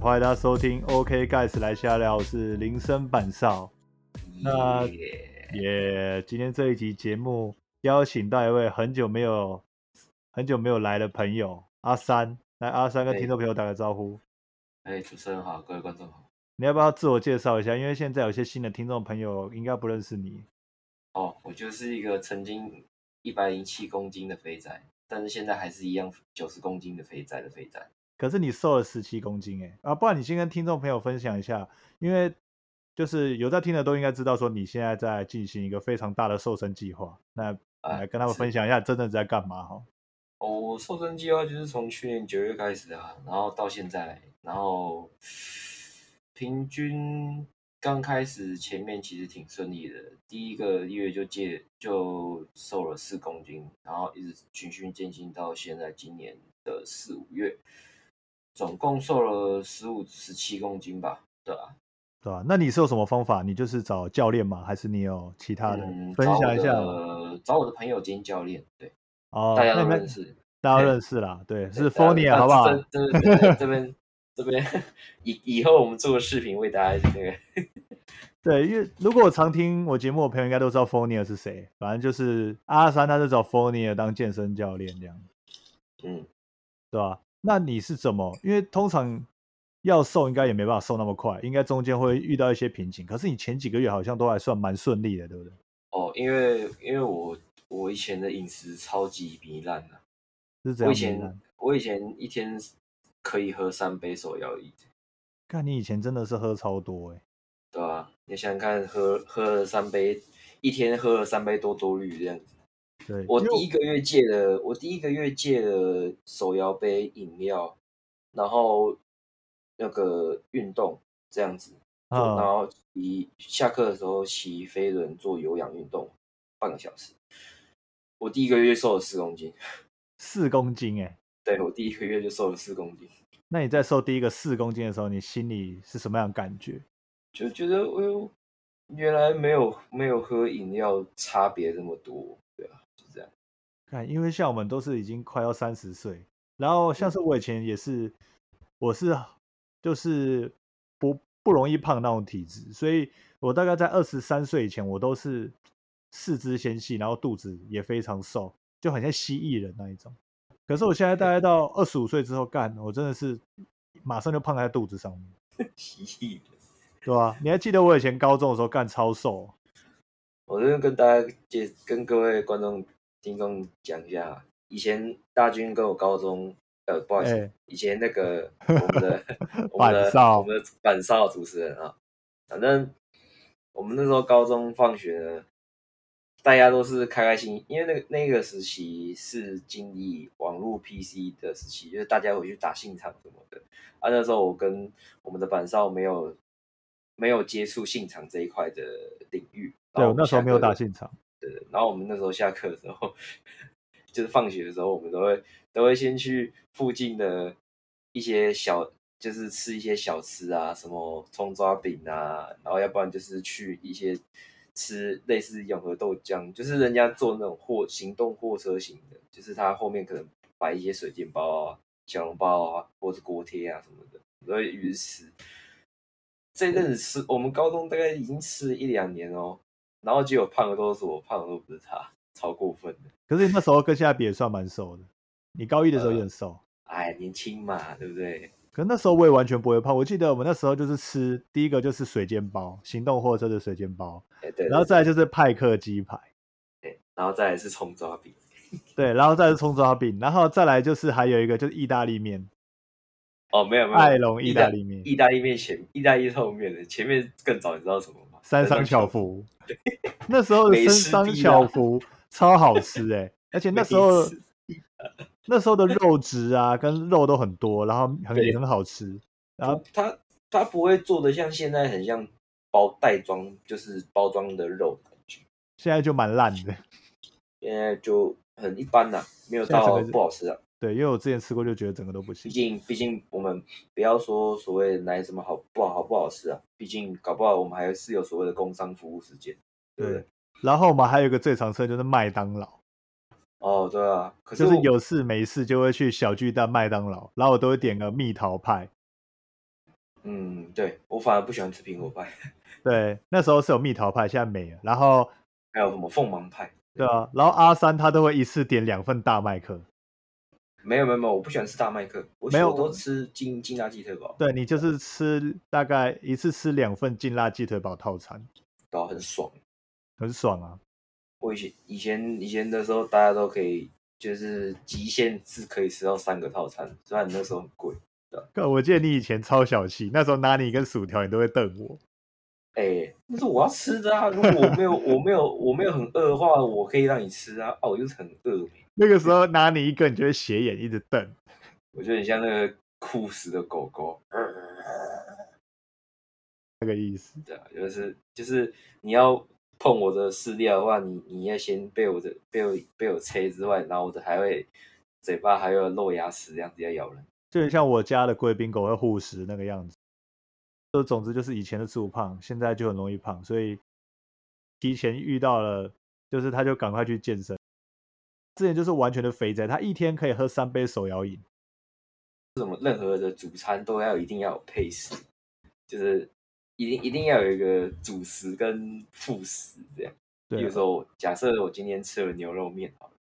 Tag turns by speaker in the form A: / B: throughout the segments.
A: 欢迎大家收听 OK Guys 来瞎聊，我是林森板 少。那也、今天这一集节目邀请到一位很久没有很久没有来的朋友阿三，来阿三跟
B: 哎
A: 听众朋友打个招呼。
B: 哎，主持人好，各位观众好。
A: 你要不要自我介绍一下？因为现在有些新的听众朋友应该不认识你。
B: 哦，我就是一个曾经一百零七公斤的肥仔，但是现在还是一样九十公斤的肥仔的肥仔。
A: 可是你瘦了十七公斤哎、啊，不然你先跟听众朋友分享一下，因为就是有在听的都应该知道说你现在在进行一个非常大的瘦身计划，那
B: 啊
A: 来跟他们
B: 是
A: 分享一下真正在干嘛哈。
B: 哦，我瘦身计划就是从去年九月开始的啊，然后到现在，然后平均刚开始前面其实挺顺利的，第一个月就戒就瘦了四公斤，然后一直循序渐进到现在今年的四五月，总共瘦了十五十七公斤吧，对啊。
A: 对吧、那你是有什么方法？你就是找教练吗？还是你有其他的、
B: 嗯，
A: 分
B: 找我
A: 享一下
B: 的
A: 嘛？
B: 找我的朋友兼教练，对，
A: 哦，
B: 大家
A: 那
B: 都
A: 你们
B: 认识，
A: 大家
B: 嘿
A: 认识啦，对，
B: 对
A: 是
B: 大家
A: f o
B: 都
A: n i
B: 啊
A: 好不好？
B: 这这这这这边这边以以后我们做个视频为大家那个，
A: 对，因为如果我常听我节目的朋友应该都知道 f o n i 是谁，反正就是阿三，他是找 f o n i 当健身教练这样。
B: 嗯，
A: 对吧、那你是怎么？因为通常要瘦，应该也没办法瘦那么快，应该中间会遇到一些瓶颈。可是你前几个月好像都还算蛮顺利的，对不对？
B: 哦，因为因为我我以前的饮食超级糜烂的，
A: 是啊这样
B: 我以
A: 子的
B: 前。我以前一天可以喝三杯手摇饮，
A: 看你以前真的是喝超多哎、
B: 对吧、你想想看，喝喝了三杯，一天喝了三杯多多绿这样子。
A: 对，
B: 我
A: 因为
B: 第一个月戒了，我第一个月戒了手摇杯饮料，然后那个运动这样子，做然
A: 啊、
B: 后骑下课的时候骑飞轮做有氧运动半个小时。我第一个月瘦了四公斤，
A: 四公斤哎、
B: 对我第一个月就瘦了四公斤，
A: 那你在瘦第一个四公斤的时候，你心里是什么样的感觉？
B: 就觉得哎呦，原来没有没有喝饮料差别这么多， 对啊，就这样。
A: 看，因为像我们都是已经快要三十岁，然后像是我以前也是，我是就是不不容易胖那种体质，所以我大概在二十三岁以前，我都是四肢纤细，然后肚子也非常瘦，就很像蜥蜴人那一种。可是我现在大概到二十五岁之后，干，我真的是马上就胖在肚子上面，
B: 奇异的。
A: 对吧、你还记得我以前高中的时候干超瘦，哦
B: 我这边跟大家介跟各位观众听众讲一下，以前大军跟我高中，呃，不好意思，
A: 哎
B: 以前那个我们的 我们
A: 板
B: 的
A: 少
B: 我们的板少主持人啊，反正我们那时候高中放学呢，大家都是开开心，因为那个那个时期是经历网络 PC 的时期，就是大家回去打信场什么的。啊，那时候我跟我们的板少没有没有接触信场这一块的领域，然
A: 对
B: 后
A: 我
B: 们
A: 那时候
B: 下
A: 没有
B: 课
A: 打
B: 的
A: 现场，
B: 对，然后我们那时候下课的时候， 就是放学的时候，我们都会都会先去附近的一些小，就是吃一些小吃啊，什么葱抓饼啊，然后要不然就是去一些吃类似永和豆浆，就是人家做那种货行动货车型的，就是它后面可能摆一些水煎包啊、小笼包啊，或是锅贴啊什么的，我们都会鱼吃。这阵子吃，我们高中大概已经吃了一两年哦，然后结果胖的都是我，胖的都不是他，超过分的。
A: 可是你那时候跟现在比也算蛮瘦的，你高一的时候也很瘦。
B: 哎，年轻嘛，对不对？
A: 可那时候我也完全不会胖，我记得我们那时候就是吃第一个就是水煎包，行动货车的水煎包，
B: 哎，对。
A: 然后
B: 对
A: 再来就是派克鸡排，
B: 对然后再来是葱抓饼，
A: 对，然后再是葱抓饼，然后再来就是还有一个就是意大利面，
B: 哦，没有没有，
A: 爱龙意
B: 意
A: 大利面，
B: 意大利面前，意大利后面的，前面更早，你知道什么吗？
A: 三商巧福，那时候的
B: 美
A: 三
B: 食
A: 商
B: 必
A: 巧
B: 辣
A: 福超好吃哎、而且
B: 三
A: 那
B: 商巧福，
A: 时候
B: 每一次
A: 那时候的肉质啊跟肉都很多，然后很也
B: 对
A: 很好吃，然后
B: 他他不会做的像现在很像包袋装，就是包装的肉的感觉，
A: 现在就蛮烂的。
B: 现在就很一般啦、没有
A: 现在整
B: 到
A: 个是
B: 不好吃啊。
A: 对，因为我之前吃过就觉得整个都不行
B: 毕。竟，毕竟我们不要说所谓的哪里什么好不好，好不好吃啊？毕竟搞不好我们还是有所谓的工商服务时间，对不对？
A: 对，然后我们还有一个最常吃的就是麦当劳。
B: 哦，对啊。可是
A: 就
B: 我
A: 是有事没事就会去小巨蛋、麦当劳，然后我都会点个蜜桃派。
B: 嗯，对我反而不喜欢吃苹果派，
A: 对，那时候是有蜜桃派，现在没了。然后
B: 还有什么凤凰派？
A: 对啊，然后阿三他都会一次点两份大麦克。
B: 没有没有没有，我不喜欢吃大麦克，我
A: 没有
B: 我都吃金金辣鸡腿堡，
A: 对你就是吃大概一次吃两份劲辣鸡腿堡套餐，
B: 然后很爽。
A: 很爽啊。
B: 我以前以前以前的时候，大家都可以就是极限是可以吃到三个套餐，虽然那时候很贵。
A: 干我记得你以前超小气，那时候拿你跟薯条你都会瞪我。
B: 哎、那是我要吃的啊！如果我没有我没有我没有很饿的话，我可以让你吃啊！哦，我就是很饿，
A: 那个时候拿你一个，你就会斜眼一直瞪。
B: 我觉得很像那个酷死的狗狗。
A: 那个意思。
B: 对啊，就是就是你要碰我的饲料的话，你你要先被我的被我被我切之外，然后我的还会嘴巴还有露牙齿，这样子要咬人。
A: 就很像我家的贵宾狗会护食那个样子。就总之就是以前的吃不胖，现在就很容易胖，所以提前遇到了，就是他就赶快去健身。之前就是完全的肥宅，他一天可以喝三杯手摇饮，
B: 什么任何的主餐都要一定要有配食，就是一定一定要有一个主食跟副食这样。比
A: 对
B: 如
A: 啊，
B: 说我，假设我今天吃了牛肉面好了，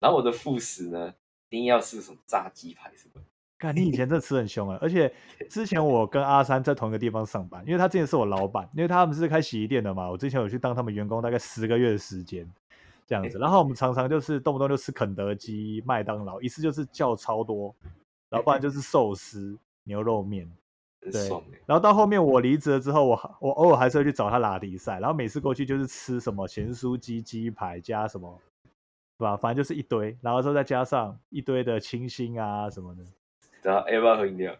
B: 然后我的副食呢，一定要是什么炸鸡排什么的。
A: 看你以前真的吃很凶啊！而且之前我跟阿三在同一个地方上班，因为他之前是我老板，因为他们是开洗衣店的嘛，我之前有去当他们员工大概十个月的时间这样子。然后我们常常就是动不动就吃肯德基、麦当劳，一次就是叫超多，然后不然就是寿司、牛肉面。
B: 很
A: 对
B: 爽欸
A: 然后到后面我离职了之后，我还我偶尔还是会去找他拉迪赛，然后每次过去就是吃什么咸酥鸡、鸡排加什么，对吧？反正就是一堆，然后之后再加上一堆的清新啊什么的。
B: 然啊哎后要不要喝饮料？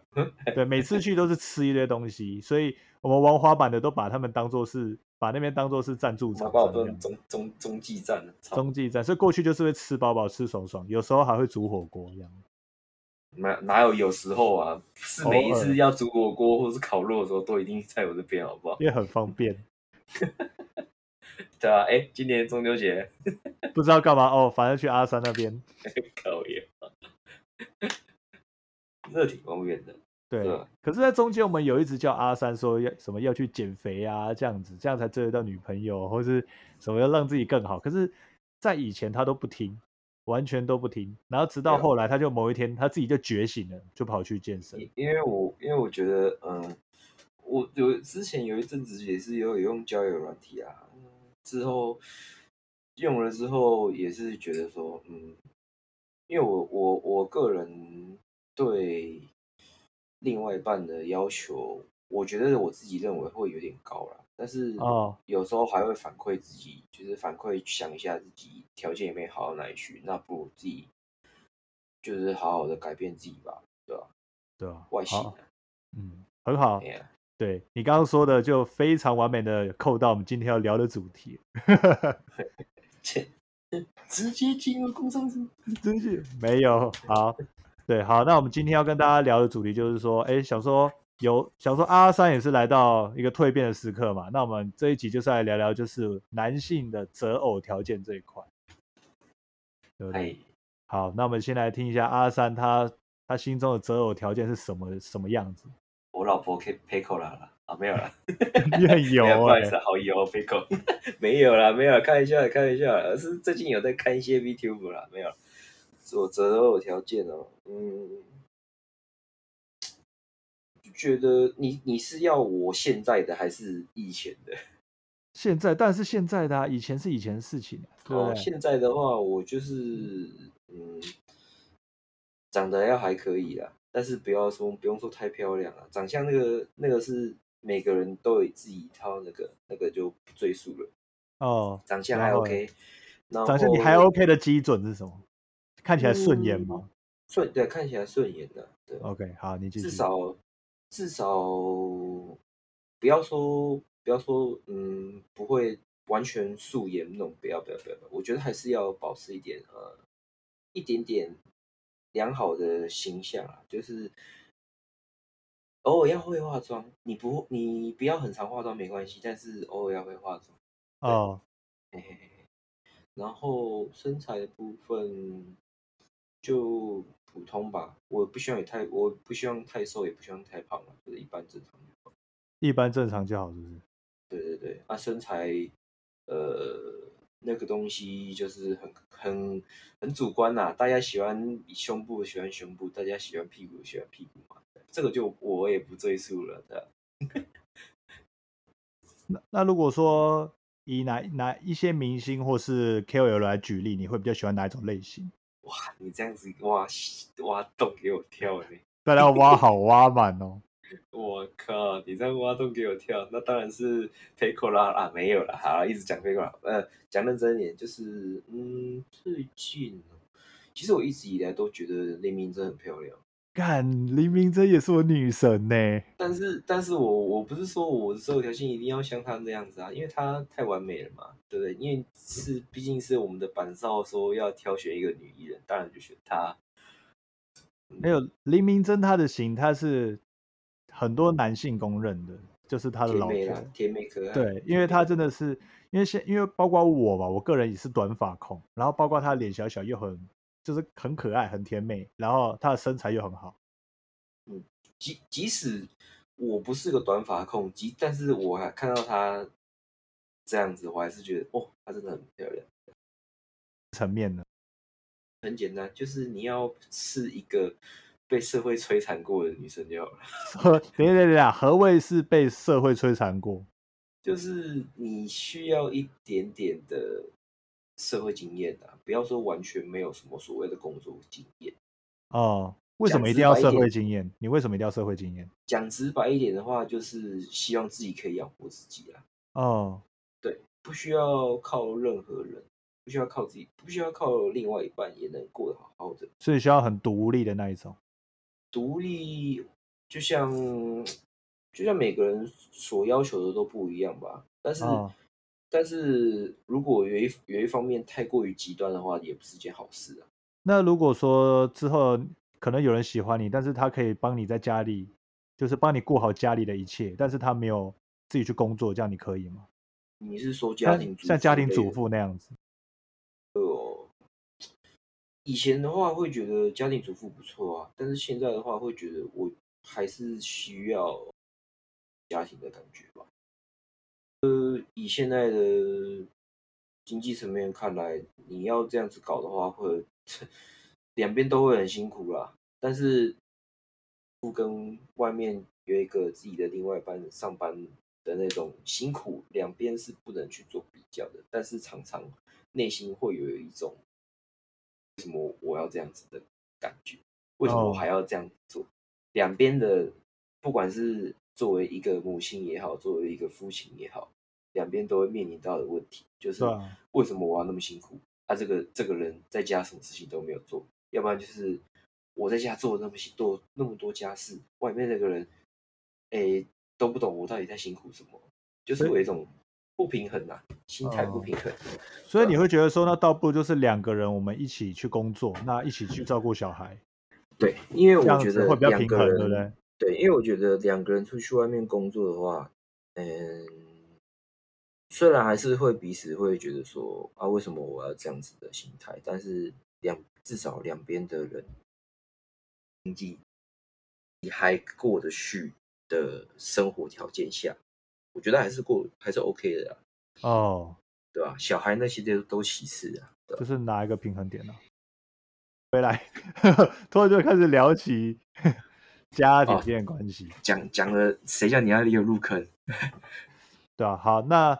A: 对，每次去都是吃一堆东西，所以我们玩滑板的都把他们当做是把那边当做是赞助
B: 妈
A: 厂
B: 把我
A: 商这
B: 当
A: 样
B: 成中中中继站了，操！
A: 中继站，所以过去就是会吃饱饱吃爽爽，有时候还会煮火锅这样。
B: 哪哪有有时候啊？是每一
A: 偶尔
B: 次要煮火锅或是烤肉的时候，都一定在我这边，好不好？
A: 因为很方便，
B: 对啊，哎、今年中秋节
A: 不知道干嘛哦，反正去阿三那边。
B: 烤也， 这啊挺方便的。
A: 对，
B: 对
A: 可是，在中间我们有一直叫阿三说要什么要去减肥啊，这样子，这样才追得到女朋友，或是什么要让自己更好。可是，在以前他都不听，完全都不听，然后直到
B: 对啊
A: 后来，他就某一天他自己就觉醒了，就跑去健身。
B: 因因为我因为我觉得，嗯，我有之前有一阵子也是有有用交友软体啊，嗯之后用了之后也是觉得说，嗯，因为我我我个人对另外一半的要求，我觉得我自己认为会有点高了，但是
A: 哦
B: 有时候还会反馈自己，就是反馈想一下自己条件也没好到哪里去，那不如自己就是好好的改变自己吧，对吧、
A: 对啊，
B: 外形、
A: 好
B: 啊，，
A: 嗯，很好
B: 哎。呀，
A: 对你刚刚说的，就非常完美的扣到我们今天要聊的主题。
B: 切直接进入工商组。
A: 真是没有好，对好，那我们今天要跟大家聊的主题就是说，哎，想说有想说阿三也是来到一个蜕变的时刻嘛，那我们这一集就是来聊聊就是男性的择偶条件这一块，对不对？
B: 哎，
A: 好，那我们先来听一下阿三他他心中的择偶条件是什么什么样子？
B: 我老婆可以 p 口啦啦啊，没有啦，
A: 你很油
B: 没有，不好
A: 哎、
B: 意思啊，好油 p 口， 没有啦，没有啦，开玩笑的，开玩笑的，是最近有在看一些 VTube 啦，没有啦，是我择偶条件哦，嗯，就觉得你你是要我现在的还是以前的？
A: 现在，但是现在的、啊、以前是以前的事情，啊对不
B: 哦，
A: 对？
B: 现在的话，我就是嗯，长得要还可以啦，但是不要说不用说太漂亮了，长相那个那个是每个人都有自己一套那个那个就不赘述了，
A: 哦，
B: 长相
A: 然
B: 还
A: 后
B: OK，然
A: 长相你
B: 后
A: 还 OK 的基准是什么？看起来顺眼
B: 哦嗯
A: 吗、
B: 顺对，看起来顺眼的，对，
A: o k 好，你继续。
B: 至少至少不要说不要说嗯，不会完全素颜那种，不要不要不要，不要我觉得还是要保持一点呃一点点良好的形象啊，就是偶尔要会化妆，你不你不要很常化妆没关系，但是偶尔要会化妆。对
A: 哦，
B: 嘿嘿嘿，然后身材的部分就普通吧，我不希望也太，我不希望太瘦，也不希望太胖了，就是一般正常。
A: 一般正常就好，是不是？
B: 对对对，啊，身材，呃，那个东西就是很很很主观啦、大家喜欢胸部喜欢胸部，大家喜欢屁股喜欢屁股嘛，这个就我也不赘述了，对啊
A: 那那如果说以哪哪一些明星或是 KOL 来举例，你会比较喜欢哪一种类型？
B: 你这样子挖挖洞给我跳嘞、
A: 大家挖好挖满哦。
B: 我靠！你在挖洞给我跳，那当然是 p e c o 啦啊，没有啦，好啦，一直讲 p e c o 啦，呃，讲认真一点，就是嗯，最近哦，其实我一直以来都觉得黎明真的很漂亮，
A: 干，黎明真也是我女神呢、
B: 但是但是我我不是说我的择偶条件一定要像她那样子啊，因为她太完美了嘛，对不对？因为是毕竟是我们的板少说要挑选一个女艺人，当然就选她，
A: 还有黎明真她的型，她是很多男性公认的，就是她的
B: 甜
A: 老
B: 美啦
A: 婆。，
B: 甜美可爱，
A: 对，因为她真的是，因为现因为包括我嘛，我个人也是短发控，然后包括她脸小小又很就是很可爱、很甜美，然后她的身材又很好。
B: 即即使我不是个短发控，即但是我还看到她这样子，我还是觉得哦，她真的很漂亮。
A: 层面呢，
B: 很简单，就是你要是一个被社会摧残过的女生就好了。
A: 何等一下等一下等一下，何谓是被社会摧残过？
B: 就是你需要一点点的社会经验啊，不要说完全没有什么所谓的工作经验。
A: 哦，为什
B: 讲
A: 么一
B: 直
A: 定要
B: 白一
A: 社
B: 点
A: 会经验？你为什么一定要社会经验？
B: 讲直白一点的话，就是希望自己可以养活自己啊。
A: 哦，
B: 对，不需要靠任何人，不需要靠自己，不需要靠另外一半也能过得好好的。
A: 所以需要很独立的那一种。
B: 独立就像就像每个人所要求的都不一样吧，但是、
A: 哦
B: 但是如果有一有一方面太过于极端的话，也不是件好事啊。
A: 那如果说之后可能有人喜欢你，但是他可以帮你在家里，就是帮你顾好家里的一切，但是他没有自己去工作，这样你可以吗？
B: 你是说家
A: 像
B: 庭主
A: 像家庭
B: 类
A: 主
B: 的
A: 妇那样子，
B: 以前的话会觉得家庭主妇不错啊，但是现在的话会觉得我还是需要家庭的感觉吧。呃，以现在的经济层面看来，你要这样子搞的话，会 两边都会很辛苦啦。但是不跟外面有一个自己的另外一半上班的那种辛苦，两边是不能去做比较的。但是常常内心会有一种为什么我要这样子的感觉，为什么我
A: 哦
B: 还要这样做？两边的不管是作为一个母亲也好，作为一个父亲也好，两边都会面临到的问题，就是
A: 对啊
B: 为什么我要那么辛苦？啊，这个这个人在家什么事情都没有做，要不然就是我在家做那么些多那么多家事，外面那个人，哎，都不懂我到底在辛苦什么，就是有一种不平衡呐、心态不
A: 哦
B: 平衡。
A: 所
B: 啊
A: 以你会觉得说，那倒不如就是两个人我们一起去工作，那一起去照顾小孩，
B: 对，因为
A: 这
B: 我
A: 样
B: 觉
A: 子
B: 得
A: 会比较
B: 两
A: 平
B: 个
A: 衡，
B: 人
A: 对不对？
B: 对，因为我觉得两个人出去外面工作的话，嗯，虽然还是会彼此会觉得说啊，为什么我要这样子的心态？但是两至少两边的人经济你还过得去的生活条件下，我觉得还是过还是 OK 的啦，啊
A: 哦，
B: 对吧？小孩那些都都其次啊，对吧
A: 就是拿一个平衡点啊。回来，突然就开始聊起 家庭
B: 哦
A: 之间的关系。
B: 讲讲了，谁叫你要离我入坑？
A: 对啊，好，那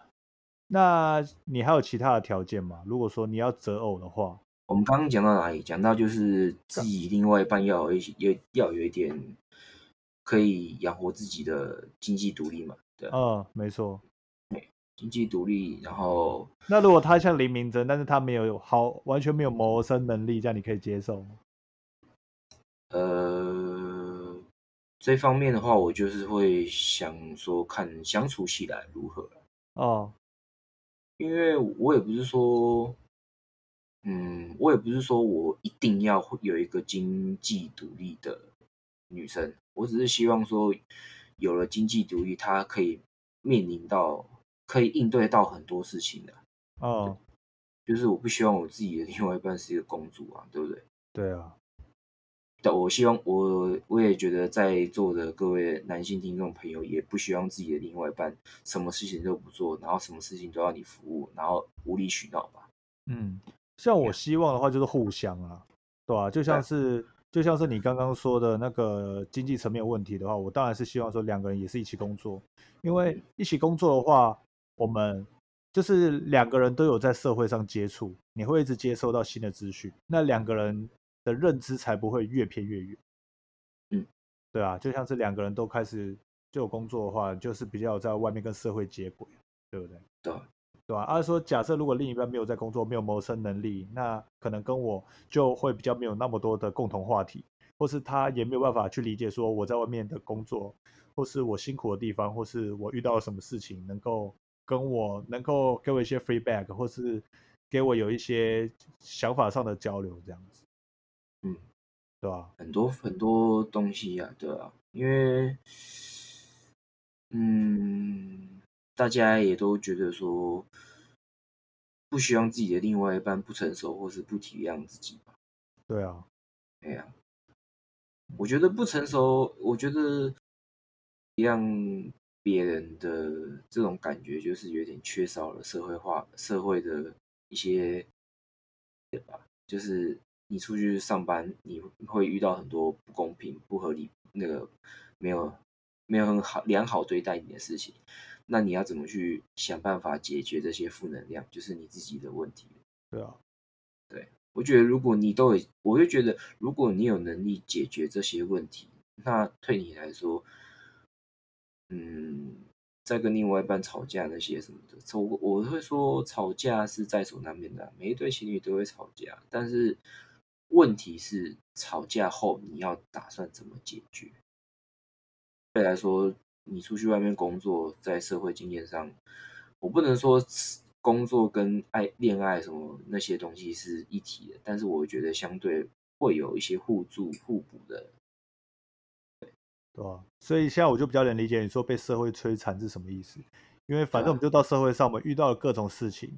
A: 那你还有其他的条件吗？如果说你要择偶的话，
B: 我们刚刚讲到哪里？讲到就是自己另外一半要有一些，也要有一点可以养活自己的经济独立嘛，对啊，
A: 嗯，没错。
B: 经济独立，然后
A: 那如果他像林明珍，但是他没有好，完全没有谋生能力，这样你可以接受吗？
B: 呃，这方面的话，我就是会想说看相处起来如何，
A: 哦，
B: 因为我也不是说，嗯，我也不是说我一定要会有一个经济独立的女生，我只是希望说，有了经济独立，她可以面临到，可以应对到很多事情的、
A: 哦，
B: 就是我不希望我自己的另外一半是一个公主啊，对不对？
A: 对啊，
B: 我希望我我也觉得在座的各位男性听众朋友，也不希望自己的另外一半什么事情都不做，然后什么事情都要你服务，然后无理取闹吧。
A: 嗯，像我希望的话就是互相啊，对吧、就像是就像是你刚刚说的那个经济层面问题的话，我当然是希望说两个人也是一起工作，因为一起工作的话，我们就是两个人都有在社会上接触，你会一直接收到新的资讯，那两个人的认知才不会越偏越远。
B: 嗯，
A: 对啊，就像是两个人都开始就有工作的话，就是比较有在外面跟社会接轨，对不对？
B: 对啊
A: 对吧、啊？说假设如果另一半没有在工作，没有谋生能力，那可能跟我就会比较没有那么多的共同话题，或是他也没有办法去理解说我在外面的工作，或是我辛苦的地方，或是我遇到了什么事情，能够跟我能够给我一些 feedback，或是给我有一些想法上的交流，这样子，
B: 嗯，
A: 对啊吧、
B: 很多很多东西呀、对啊，因为，嗯，大家也都觉得说，不希望自己的另外一半不成熟或是不体谅自己吧。
A: 对啊，
B: 哎呀、我觉得不成熟，我觉得让别人的这种感觉就是有点缺少了社会化、社会的一些，对吧？就是你出去上班，你会遇到很多不公平、不合理，那个没有没有很好良好对待你的事情，那你要怎么去想办法解决这些负能量？就是你自己的问题。
A: 对啊，
B: 我觉得如果你都有，我就觉得如果你有能力解决这些问题，那对你来说，嗯，在跟另外一半吵架那些什么的，吵我会说吵架是在所难免的啊，每一对情侣都会吵架，但是问题是吵架后你要打算怎么解决？对来说，你出去外面工作，在社会经验上，我不能说工作跟爱、恋爱什么那些东西是一体的，但是我觉得相对会有一些互助互补的。
A: 对吧、所以现在我就比较能理解你说被社会摧残是什么意思，因为反正
B: 对啊
A: 我们就到社会上，我们遇到了各种事情，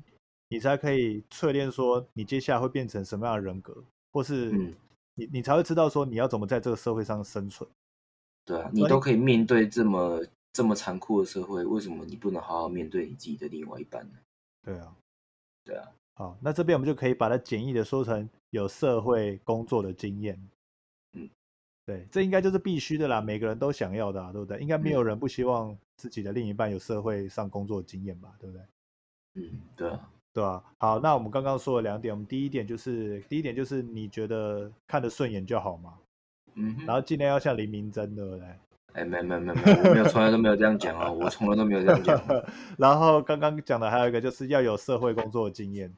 A: 你才可以淬炼说你接下来会变成什么样的人格，或是
B: 嗯
A: 你你才会知道说你要怎么在这个社会上生存。
B: 对啊，你都可以面对这么这么残酷的社会，为什么你不能好好面对你自己的另外一半呢？
A: 对啊，
B: 对啊，
A: 好，那这边我们就可以把它简易的说成有社会工作的经验。
B: 嗯，
A: 对，这应该就是必须的啦，每个人都想要的、啊，对不对？应
B: 嗯
A: 该没有人不希望自己的另一半有社会上工作经验吧，对不对？
B: 嗯，对啊，
A: 对啊，好，那我们刚刚说了两点，我们第一点就是，第一点就是你觉得看得顺眼就好嘛，
B: 嗯
A: 然
B: 哼，
A: 后尽量要像黎明真，对不对？
B: 哎，没没没没，我没有从来都没有这样讲啊，我从来都没有这样讲 哦。
A: 然后刚刚讲的还有一个就是要有社会工作的经验，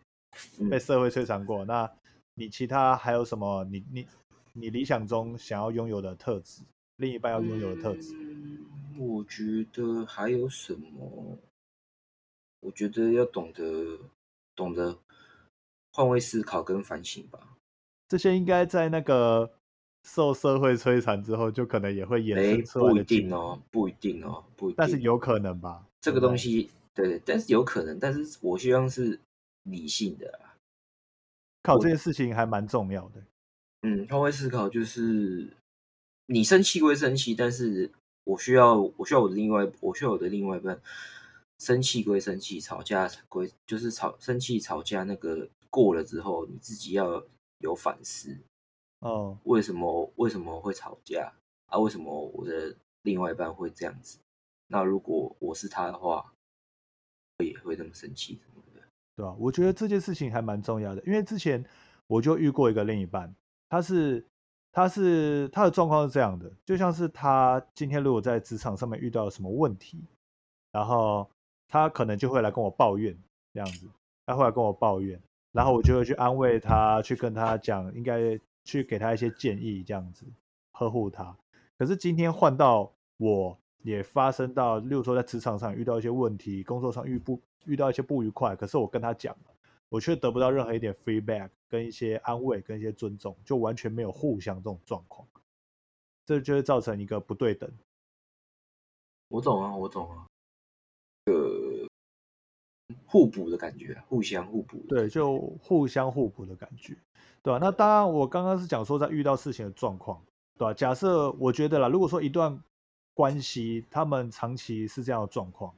B: 嗯
A: 被社会摧残过。那你其他还有什么？你你你理想中想要拥有的特质，另一半要拥有的特质？
B: 嗯，我觉得还有什么？我觉得要懂得懂得换位思考跟反省吧。
A: 这些应该在那个受社会摧残之后，就可能也会衍
B: 哎
A: 生，出来
B: 不
A: 的
B: 一
A: 技
B: 定
A: 能，
B: 哦，不一定哦，不一定。
A: 但是有可能吧？
B: 这
A: 对
B: 个
A: 不对
B: 东西，对，但是有可能，但是我希望是理性的啊。
A: 靠这件事情还蛮重要的。
B: 嗯，换位思考就是你生气归生气，但是我需要我需要我的另外我需要我的另外一半，生气归生气，吵架归就是吵生气吵架那个过了之后，你自己要有反思，
A: 哦、
B: 为什么为什么会吵架啊？为什么我的另外一半会这样子？那如果我是他的话，我也会那么生气什么的。
A: 对吧、我觉得这件事情还蛮重要的，因为之前我就遇过一个另一半，他是他是他的状况是这样的，就像是他今天如果在职场上面遇到了什么问题，然后他可能就会来跟我抱怨这样子，他会来跟我抱怨，然后我就会去安慰他，去跟他讲，应该去给他一些建议，这样子呵护他。可是今天换到我也发生到，例如说在职场上遇到一些问题，工作上遇不遇到一些不愉快，可是我跟他讲了，我却得不到任何一点 feedback，跟一些安慰，跟一些尊重，就完全没有互相这种状况，这就会造成一个不对等。
B: 我懂啊，我懂啊，呃，互补的感觉啊，互相互补的
A: 对，
B: 感觉。
A: 就互相互补的感觉，对吧、那当然，我刚刚是讲说在遇到事情的状况，对吧、假设我觉得啦，如果说一段关系他们长期是这样的状况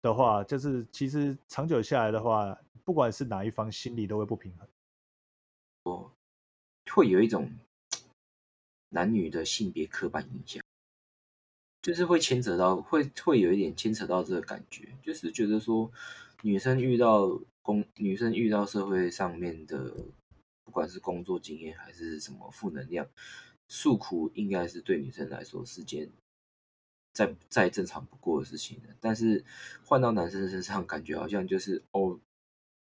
A: 的话，就是其实长久下来的话，不管是哪一方，心里都会不平衡。
B: 会有一种男女的性别刻板印象，就是会牵扯到，会会有一点牵扯到这个感觉，就是觉得说女生遇到工，女生遇到社会上面的，不管是工作经验还是什么负能量，诉苦应该是对女生来说是件。再再正常不过的事情了，但是换到男生身上，感觉好像就是哦，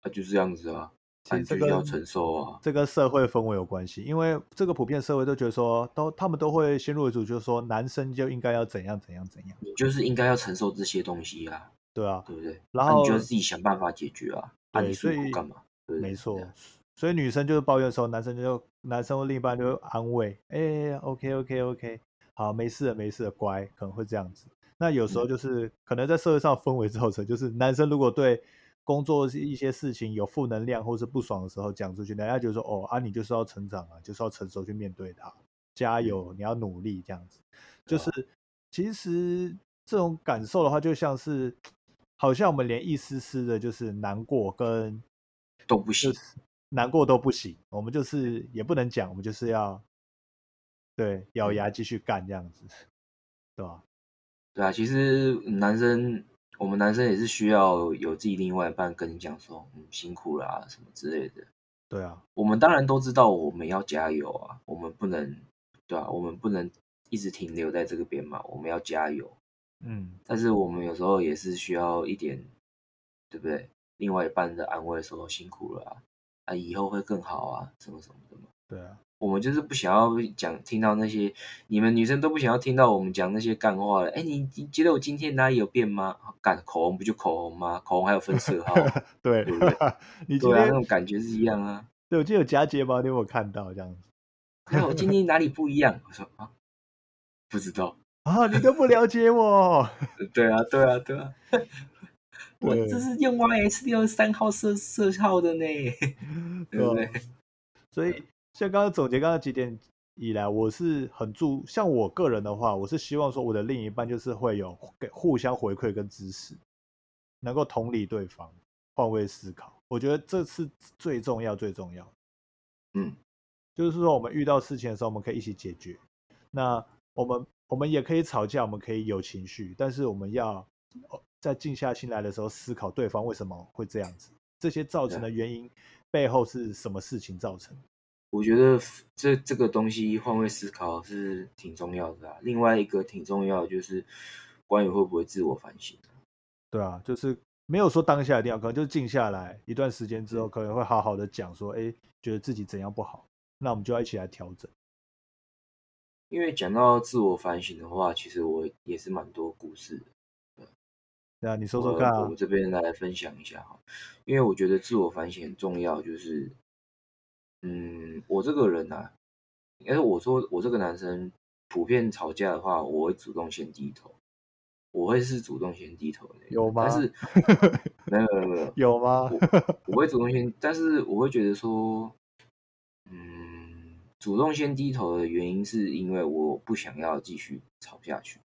B: 啊就这样子啊，
A: 其
B: 啊
A: 实
B: 你
A: 这
B: 就
A: 跟
B: 要承受啊，
A: 这跟社会氛围有关系，因为这个普遍社会都觉得说，都他们都会先入为主，就是说男生就应该要怎样怎样怎样，
B: 你就是应该要承受这些东西啊，
A: 对啊，
B: 对不对？
A: 然
B: 啊
A: 后
B: 你就自己想办法解决啊，啊，
A: 对
B: 你诉
A: 所以
B: 苦干嘛？对不对
A: 没错
B: 对啊，
A: 所以女生就是抱怨的时候，男生就男生另一半就会安慰，哎、o k OK OK，好，没事了没事了，乖，可能会这样子。那有
B: 嗯
A: 时候就是、可能在社会上氛围造成，就是男生如果对工作一些事情有负能量或是不爽的时候讲出去，人家就说哦啊，你就是要成长啊，就是要成熟去面对它，加
B: 嗯
A: 油，你要努力这样子。就是
B: 啊
A: 其实这种感受的话，就像是好像我们连一丝丝的就是难过跟
B: 都不行
A: 就。是难过都不行，我们就是也不能讲，我们就是要对
B: 嗯
A: 咬牙继续干这样子，对吧？
B: 对啊，其实男生，我们男生也是需要有自己另外一半跟你讲说，嗯，辛苦啦、什么之类的。
A: 对啊，
B: 我们当然都知道我们要加油啊，我们不能，对啊，我们不能一直停留在这个边嘛，我们要加油。
A: 嗯，
B: 但是我们有时候也是需要一点，对不对？另外一半的安慰说辛苦了啊，啊以后会更好啊，什么什么的嘛。
A: 对啊，
B: 我们就是不想要讲听到那些，你们女生都不想要听到我们讲那些干话了。哎，你你觉得我今天哪里有变吗？干口红不就口红吗？口红还有分色号，
A: 对
B: 对不对，
A: 你今
B: 对啊，
A: 天
B: 那种感觉是一样啊。
A: 对我记得有夹睫毛，你有没有看到这样子
B: 那我今天哪里不一样？我说啊，不知道。
A: 啊？你都不了解我，
B: 对啊，对啊，对啊。我
A: 对
B: 这是用 YS 六三号色色号的呢， 对不对
A: 吧？所以像刚刚总结刚刚几点以来，我是很注，像我个人的话，我是希望说我的另一半就是会有给互相回馈跟支持，能够同理对方，换位思考，我觉得这是最重要最重要的。
B: 嗯，
A: 就是说我们遇到事情的时候，我们可以一起解决。那我们我们也可以吵架，我们可以有情绪，但是我们要呃在静下心来的时候思考对方为什么会这样子，这些造成的原因背后是什么事情造成的。
B: 我觉得这这个东西换位思考是挺重要的啊。另外一个挺重要的就是关于会不会自我反省。
A: 对啊，就是没有说当下一定要，可能就静下来一段时间之后，
B: 嗯
A: 可能会好好的讲说，哎，觉得自己怎样不好，那我们就要一起来调整。
B: 因为讲到自我反省的话，其实我也是蛮多故事的。呃
A: 对啊，你说说
B: 我
A: 看啊
B: 我，这边来分享一下哈，因为我觉得自我反省很重要，就是，嗯，我这个人啊，应该是我说我这个男生普遍吵架的话，我会主动先低头，我会是主动先低头的那个，
A: 有吗
B: 但是没有没有没有，
A: 有吗？
B: 我会主动先，但是我会觉得说，嗯，主动先低头的原因是因为我不想要继续吵下去。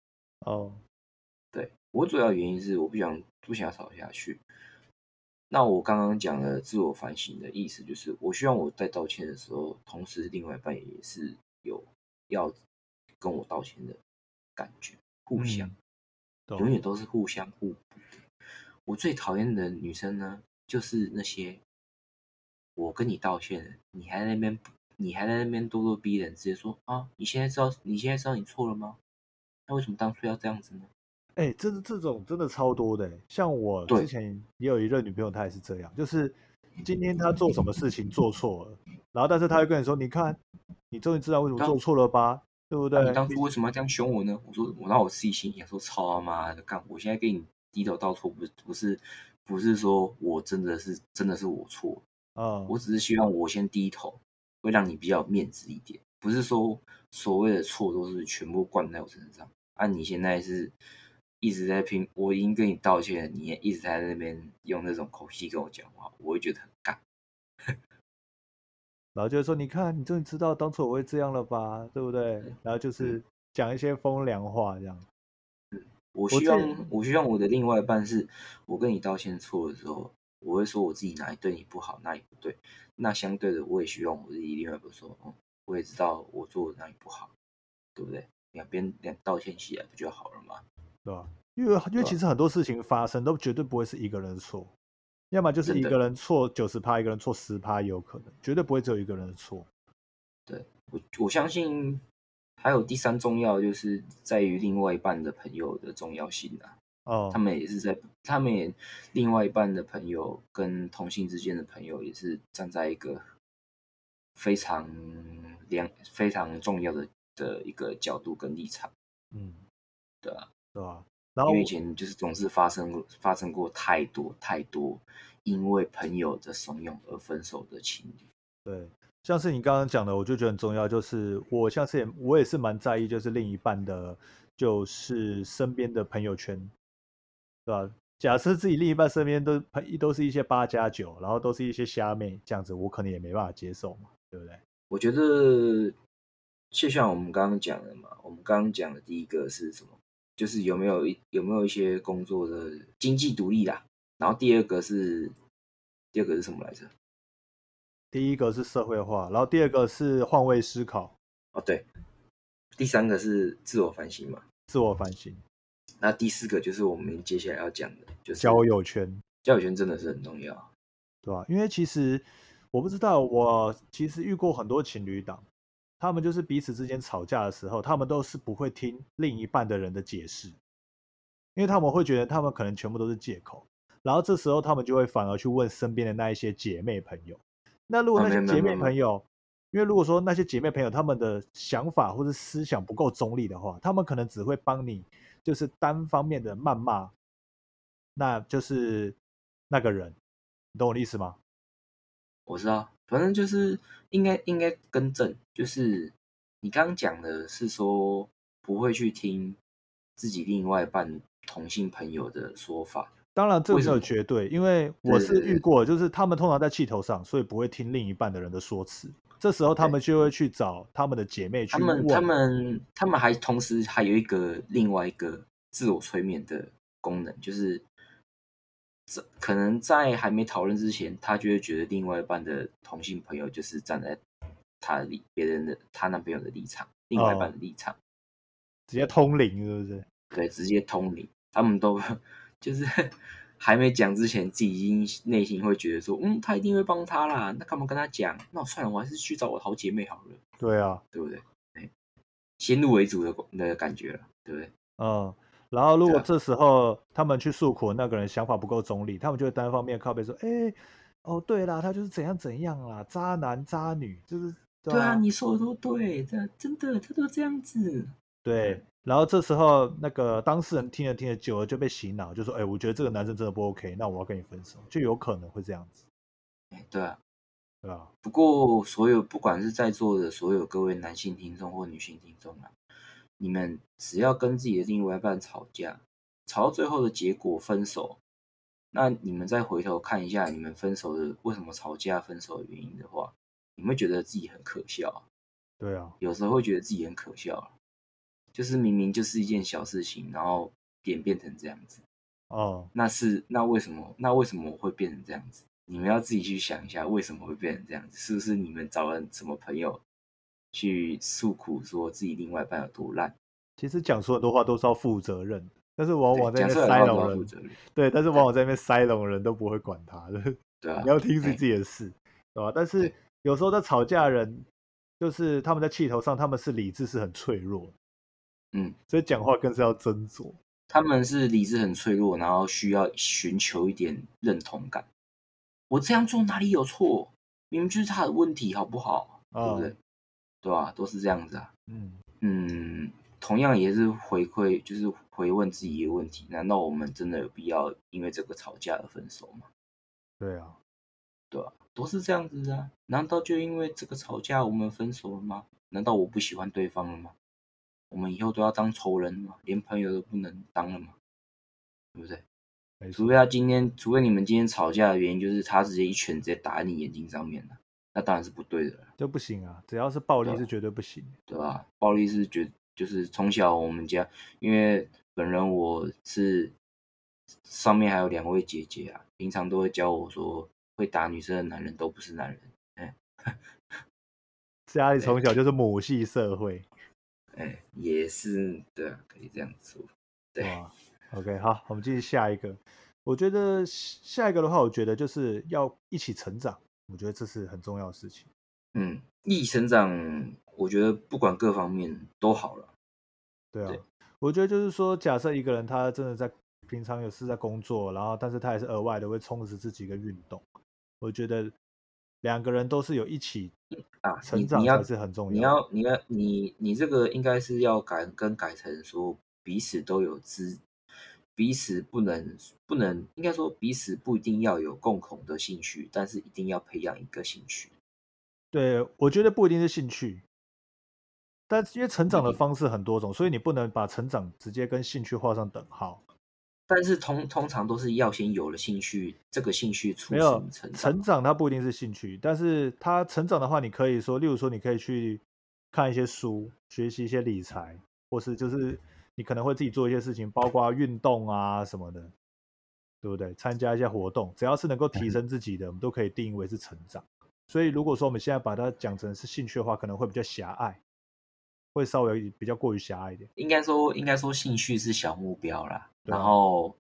A: 哦，
B: 对我主要原因是我不想不想吵下去。那我刚刚讲的自我反省的意思就是，我希望我在道歉的时候，同时另外一半也是有要跟我道歉的感觉，互相、
A: 嗯懂
B: 永远都是互相互补的。我最讨厌的女生呢，就是那些我跟你道歉了，你还在那边不你还在那边咄咄逼人，直接说啊，你现在知道你现在知道你错了吗？那为什么当初要这样子呢？
A: 哎、这这种真的超多的欸，像我之
B: 对
A: 前也有一任女朋友，她也是这样，就是今天她做什么事情做错了，然后但是她会跟你说，你看，你终于知道为什么
B: 当
A: 做错了吧，对不
B: 那
A: 对？
B: 啊你当
A: 毕
B: 初为什么要这样凶我呢？我说我让我自己心里想说，操他妈的，干！我现在给你低头道错，不是不是不是说我真的是真的是我错，
A: 嗯
B: 我只是希望我先低头，会让你比较有面子一点，不是说所谓的错都是全部灌在我身上。啊，你现在是一直在拼，我已经跟你道歉了，你也一直在那边用那种口气跟我讲话，我会觉得很干。
A: 然后就会说你看，你终于知道当初我会这样了吧，对不对？然
B: 嗯
A: 后就是讲一些风凉话这样。
B: 我
A: 我
B: 希
A: 这
B: 望我希望我的另外一半是，我跟你道歉错的时候，我会说我自己哪里对你不好，哪里不对。那相对的，我也希望我自己另外一半说，嗯，我也知道我做的哪里不好，对不对？两边两道歉起来不就好了吗？
A: 对吧？因为因为
B: 对啊
A: 其实很多事情发生都绝对不会是一个人错，要么就是
B: 真
A: 一
B: 的
A: 个人错九十趴，一个人错十趴也有可能，绝对不会只有一个人的错。
B: 我我相信还有第三重要就是在于另外一半的朋友的重要性啊。
A: 哦
B: 他，们也是在，他们也另外一半的朋友跟同性之间的朋友也是站在一个非常良、非常重要的的一个角度跟立场，
A: 嗯，
B: 对啊，
A: 对吧？然后
B: 因为以前就是总是发生过发生过太多太多因为朋友的怂恿而分手的情侣，
A: 对，像是你刚刚讲的，我就觉得很重要，就是我像是也我也是蛮在意，就是另一半的，就是身边的朋友圈，对吧？假设自己另一半身边都朋都是一些八加九，然后都是一些虾妹，这样子我可能也没办法接受嘛，对不对？
B: 我觉得就像我们刚刚讲的嘛，我们刚刚讲的第一个是什么？就是有没有一有没有一些工作的经济独立啦。然后第二个是第二个是什么来着？
A: 第一个是社会化，然后第二个是换位思考、
B: 哦，对，第三个是自我反省嘛。
A: 自我反省、
B: 那第四个就是我们接下来要讲的，就是
A: 交友圈，
B: 交友圈真的是很重要。啊
A: 对吧？因为其实我不知道，我其实遇过很多情侣档，他们就是彼此之间吵架的时候，他们都是不会听另一半的人的解释，因为他们会觉得他们可能全部都是借口，然后这时候他们就会反而去问身边的那一些姐妹朋友。那如果
B: 啊
A: 那些
B: 没有没有
A: 姐
B: 没
A: 妹
B: 有没
A: 朋友，因为如果说那些姐妹朋友她们的想法或者思想不够中立的话，他们可能只会帮你就是单方面的谩骂，那就是那个人，你懂我的意思吗？
B: 我知道，反正就是应该应该更正，就是你刚刚讲的是说不会去听自己另外一半同性朋友的说法，
A: 当然，这个
B: 为
A: 没
B: 什
A: 有
B: 么
A: 绝对，因为我
B: 对
A: 是
B: 对
A: 遇
B: 对
A: 过，就是他们通常在气头上，所以不会听另一半的人的说辞。这时候他
B: 对
A: 们就会去找他们的姐妹
B: 他
A: 去
B: 们他
A: 问，
B: 们他们还同时还有一个另外一个自我催眠的功能，就是这可能在还没讨论之前，他就会觉得另外一半的同性朋友就是站在他的立别人的他男朋友的立场，另外一半的立场，
A: 直接通灵，是不是？
B: 对，直接通灵，他们都就是 还没讲之前，自己已经内心会觉得说，嗯，他一定会帮他啦，那干嘛跟他讲？那算了，我还是去找我的好姐妹好了，
A: 对啊，
B: 对不对？哎，先入为主的的感觉了，对不对？
A: 嗯。然后如
B: 对
A: 果
B: 啊
A: 这时候他们去诉苦，那个人想法不够中立，他们就会单方面靠背说：“哎，哦，对啦，他就是怎样怎样啦，渣男渣女，就是
B: 对啊，
A: 吧
B: 你说的都对，这真的他都这样子。
A: 对。”然后这时候那个当事人听着听着，久了就被洗脑，就说：“哎，我觉得这个男生真的不 OK，那我要跟你分手。”就有可能会这样子，
B: 哎，对啊。
A: 对吧？
B: 不过，所有不管是在座的所有各位男性听众或女性听众啊，你们只要跟自己的另外一半吵架，吵到最后的结果分手，那你们再回头看一下你们分手的为什么吵架、分手的原因的话，你们会觉得自己很可笑啊。
A: 对啊，
B: 有时候会觉得自己很可笑啊，就是明明就是一件小事情，然后演变成这样子。
A: 哦，
B: 那是那为什么？那为什么我会变成这样子？你们要自己去想一下，为什么会变成这样子？是不是你们找了什么朋友去诉苦，说自己另外一半有多烂？
A: 其实讲出很多话都是要负责任的，但是往往
B: 对，
A: 在
B: 讲
A: 哦那边
B: 出
A: 塞
B: 来的话
A: 拢
B: 都要负
A: 人，
B: 责任，
A: 对，但是往往在那边塞拢人都不会管他的，
B: 对啊
A: 你，要听是
B: 哎
A: 自己的事，对吧？但是
B: 对
A: 有时候在吵架的人，就是他们在气头上，他们是理智是很脆弱的，
B: 嗯，
A: 所以讲话更是要斟酌，
B: 他们是理智很脆弱，然后需要寻求一点认同感。我这样做哪里有错？明明就是他的问题，好不好？对
A: 哦
B: 不对？对吧、都是这样子啊。
A: 嗯，
B: 嗯，同样也是回馈，就是回问自己一个问题：难道我们真的有必要因为这个吵架而分手吗？
A: 对啊，
B: 都是这样子的啊，难道就因为这个吵架我们分手了吗？难道我不喜欢对方了吗？我们以后都要当仇人了吗？连朋友都不能当了吗？对不对？
A: 没
B: 除
A: 错
B: 非，他今天，除非你们今天吵架的原因就是他直接一拳直接打在你眼睛上面了，那当然是不对的，
A: 这不行啊！只要是暴力
B: 对
A: 是绝对不行的。
B: 对吧？暴力是绝，就是从小我们家，因为本人我是上面还有两位姐姐啊，平常都会教我说，会打女生的男人都不是男人，
A: 家里从小就是母系社会，
B: 哎，也是对啊，可以这样说，对
A: 哇，OK，好，我们继续下一个。我觉得下下一个的话，我觉得就是要一起成长，我觉得这是很重要的事情。
B: 嗯，一生长，我觉得不管各方面都好了，
A: 对啊，
B: 对
A: 我觉得就是说，假设一个人他真的在平常有是在工作，然后但是他还是额外的会充实自己跟运动，我觉得两个人都是有一起
B: 啊，你
A: 成长
B: 你要
A: 才是很重
B: 你
A: 要的。
B: 要你要你你这个应该是要改跟改成说彼此都有知，彼此不能不能应该说彼此不一定要有共同的兴趣，但是一定要培养一个兴趣。
A: 对，我觉得不一定是兴趣，但是因为成长的
B: 嗯
A: 方式很多种，所以你不能把成长直接跟兴趣画上等号。
B: 但是通通常都是要先有了兴趣，这个兴趣促
A: 没
B: 使
A: 有
B: 你成长。
A: 成长，它不一定是兴趣，但是它成长的话，你可以说，例如说，你可以去看一些书，学习一些理财，或是
B: 嗯
A: 就是你可能会自己做一些事情，包括运动啊什么的，对不对？参加一些活动，只要是能够
B: 嗯
A: 提升自己的，我们都可以定义为是成长。所以，如果说我们现在把它讲成是兴趣的话，可能会比较狭隘，会稍微比较过于狭隘一点。
B: 应该说应该说兴趣是小目标啦，
A: 对啊
B: 然后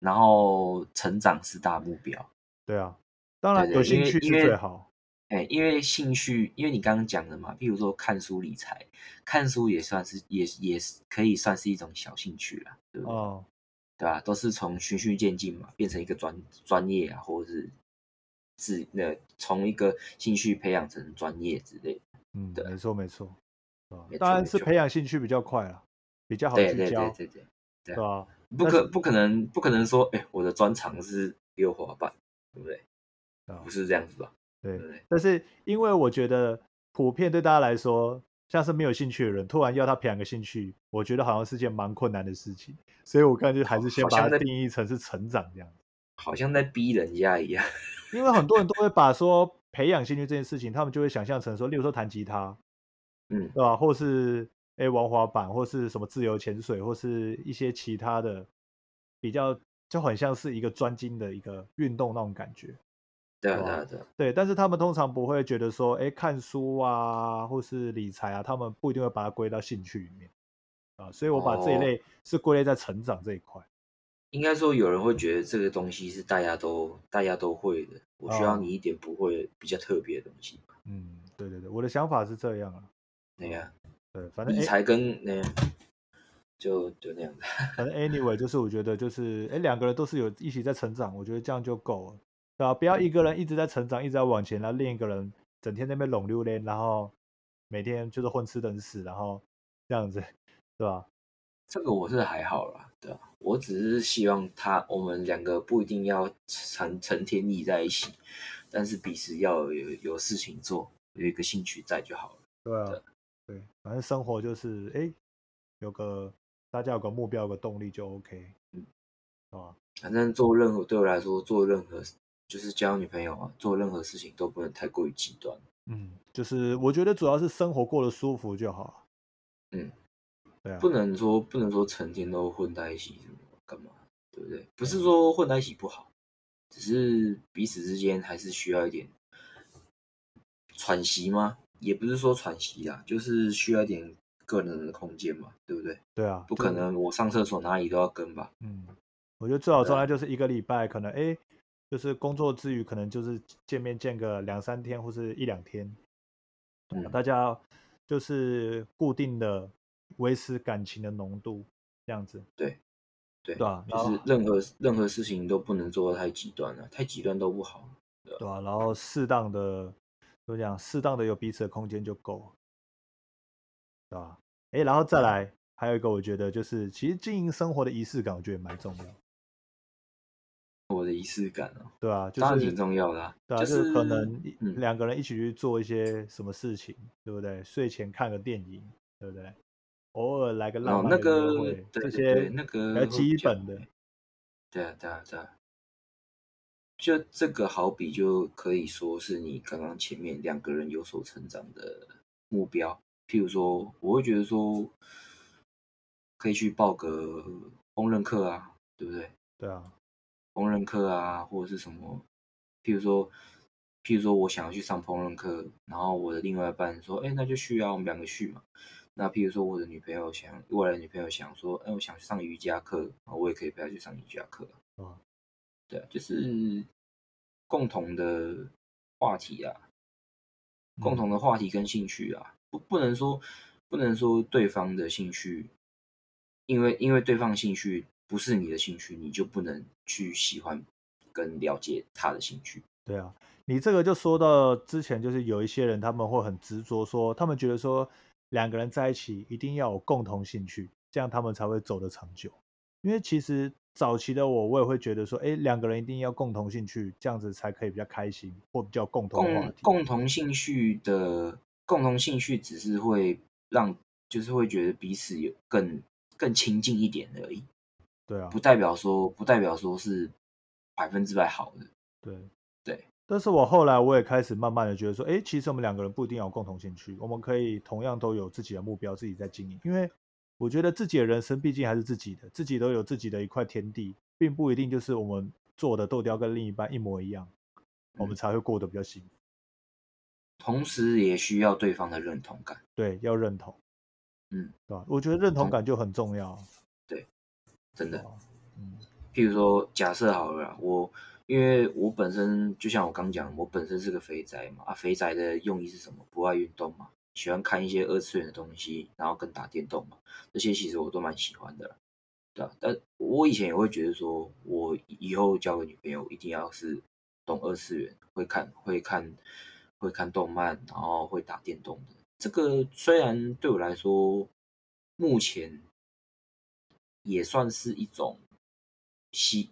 B: 然后成长是大目标。
A: 对啊，当然
B: 对对
A: 有
B: 因
A: 兴
B: 为
A: 趣是
B: 因为
A: 最好。
B: 哎、因为兴趣，因为你刚刚讲的嘛，譬如说看书理财，看书也算是也也是可以算是一种小兴趣啦，对不对？
A: 哦，
B: 对吧、都是从循序渐进嘛，变成一个专专业啊，或者是自那从一个兴趣培养成专业之类的。
A: 嗯，
B: 对
A: 没错没错，对吧
B: 没
A: 当
B: 错
A: 然
B: 没
A: 是
B: 错
A: 培养兴趣比较快了，比较好
B: 对
A: 聚
B: 对对
A: 焦，
B: 对对，
A: 对 吧？
B: 不
A: 但
B: 可
A: 是
B: 不可能不可能说，哎、我的专长是溜滑板，对不对？
A: 对啊
B: 不是这样子吧？
A: 对
B: 对不对？
A: 但是因为我觉得普遍对大家来说，像是没有兴趣的人，突然要他培养个兴趣，我觉得好像是件蛮困难的事情，所以我感觉还是先
B: 好
A: 把
B: 像
A: 它
B: 在
A: 定义成是成长这样。
B: 好像在逼人家一样。
A: 因为很多人都会把说培养兴趣这件事情，他们就会想象成说，例如说弹吉他，
B: 嗯
A: 对吧？或是诶玩滑板，或是什么自由潜水，或是一些其他的比较，就很像是一个专精的一个运动那种感觉。
B: 对啊
A: 对
B: 对
A: 啊
B: 啊对啊，
A: 对，但是他们通常不会觉得说，诶看书啊，或是理财啊，他们不一定会把它归到兴趣里面啊。所以我把这一
B: 哦
A: 类是归类在成长这一块。
B: 应该说，有人会觉得这个东西是大家都大家都会的，我需
A: 哦
B: 要你一点不会比较特别的东西。
A: 嗯，对对对，我的想法是这样啊。
B: 对呀、
A: 对，反正
B: 理
A: 哦诶
B: 财跟那、就就那样的。
A: 反正 anyway，就是我觉得就是，哎，两个人都是有一起在成长，我觉得这样就够了，对啊吧？不要一个人一直在成长，一直在往前，然后另一个人整天在那边拢溜连，然后每天就是混吃等死，然后这样子，对吧？
B: 这个我是还好啦，对啊，我只是希望他我们两个不一定要成成天腻在一起，但是彼此要有有事情做，有一个兴趣在就好了。
A: 对啊
B: 对，
A: 对，反正生活就是，哎，有个大家有个目标，有个动力就 OK，
B: 嗯，
A: 对吧？
B: 反正做任何对我来说，做任何就是交女朋友啊，做任何事情都不能太过于极端。
A: 嗯，就是我觉得主要是生活过得舒服就好了。
B: 嗯，
A: 对啊，
B: 不能说不能说成天都混在一起什么干嘛，对不对？不
A: 嗯
B: 是说混在一起不好，只是彼此之间还是需要一点喘息吗？也不是说喘息啦，就是需要一点个人的空间嘛，对不对？
A: 对啊，
B: 不
A: 就
B: 可能我上厕所哪里都要跟吧？
A: 嗯，我觉得最好
B: 对
A: 状
B: 啊
A: 态就是一个礼拜，可能哎，诶就是工作之余，可能就是见面见个两三天或是一两天，对吧
B: 嗯
A: 大家就是固定的维持感情的浓度，这样子，
B: 对，
A: 对啊，
B: 就
A: 然后
B: 是任何任何事情都不能做的太极端了，太极端都不好。
A: 对啊，然后适当的怎么讲，适当的有彼此的空间就够了，对吧？哎，然后再来还有一个，我觉得就是其实经营生活的仪式感，我觉得也蛮重要，
B: 我的仪式感哦、
A: 对啊，就
B: 当然
A: 是
B: 挺重要的啊、
A: 对啊，
B: 就
A: 就是
B: 是
A: 可能一
B: 嗯
A: 两个人一起去做一些什么事情，对不对？睡前看个电影，对不对？偶尔来个浪
B: 哦，
A: 漫
B: 那
A: 的约
B: 个
A: 会，这
B: 对对对，
A: 些
B: 那
A: 比
B: 个
A: 较
B: 会
A: 基
B: 比较
A: 本的，
B: 对啊对啊对啊，就这个好比就可以说是你刚刚前面两个人有所成长的目标。譬如说，我会觉得说，可以去报个烹饪课啊，对不对？
A: 对啊，
B: 烹饪课啊，或者是什么，譬如说，譬如说我想要去上烹饪课，然后我的另外一半说，哎，那就去啊，我们两个去嘛。那譬如说我的女朋友想，未来的女朋友想说，哎，我想去上瑜伽课，啊，我也可以陪她去上瑜伽课。啊
A: 哦，
B: 对啊，就是共同的话题啊，
A: 嗯
B: 共同的话题跟兴趣啊，不不能说不能说对方的兴趣，因为因为对方的兴趣不是你的兴趣，你就不能去喜欢跟了解他的兴趣。
A: 对啊，你这个就说到之前，就是有一些人他们会很执着说，他们觉得说两个人在一起一定要有共同兴趣，这样他们才会走得长久。因为其实早期的我，我也会觉得说，哎，两个人一定要共同兴趣，这样子才可以比较开心，或比较有共同话
B: 共
A: 题。
B: 共同兴趣的共同兴趣只是会让就是会觉得彼此有更更亲近一点而已，
A: 对啊
B: 不，代表说不代表说是百分之百好的。
A: 对
B: 对。
A: 但是我后来我也开始慢慢的觉得说，哎，其实我们两个人不一定要有共同兴趣，我们可以同样都有自己的目标，自己在经营。因为我觉得自己的人生毕竟还是自己的，自己都有自己的一块天地，并不一定就是我们做的豆雕跟另一半一模一样，我们
B: 嗯
A: 才会过得比较幸福。
B: 同时也需要对方的认同感。
A: 对，要认同，
B: 嗯，
A: 对吧？我觉得认同
B: 同
A: 感就很重要。
B: 真的
A: 对。吧嗯，
B: 譬如说，假设好了啦，我因为我本身就像我刚讲，我本身是个肥宅嘛，啊，肥宅的用意是什么？不爱运动嘛，喜欢看一些二次元的东西，然后跟打电动嘛，这些其实我都蛮喜欢的啦，对啊，但我以前也会觉得说，我以后交个女朋友一定要是懂二次元，会看会看会看动漫，然后会打电动的。这个虽然对我来说，目前也算是一种希，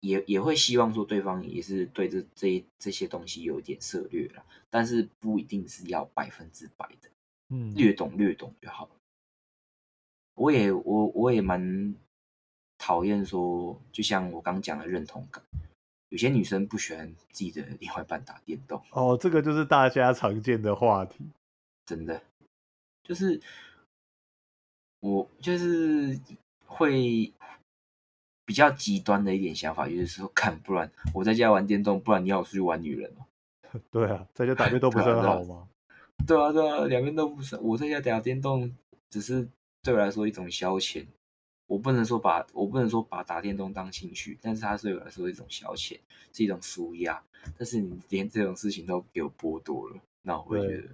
B: 也也会希望说对方也是对这这一这些东西有一点涉略啦，但是不一定是要百分之百的，
A: 嗯，
B: 略懂略懂就好了。我也我我也蛮讨厌说，就像我刚讲的认同感，有些女生不喜欢自己的另外一半打电动，
A: 哦，这个就是大家常见的话题。
B: 真的就是我就是会比较极端的一点想法，就是说，看，不然我在家玩电动，不然你要我出去玩女人哦。
A: 对啊，在家打电动不是
B: 对啊
A: 很
B: 对啊
A: 好吗？
B: 对啊，对啊，两边都不是。我在家打电动，只是对我来说一种消遣。我不能说把，我不能说把打电动当兴趣，但是它对我来说一种消遣，是一种舒压。但是你连这种事情都给我剥夺了，那我会觉
A: 对
B: 得，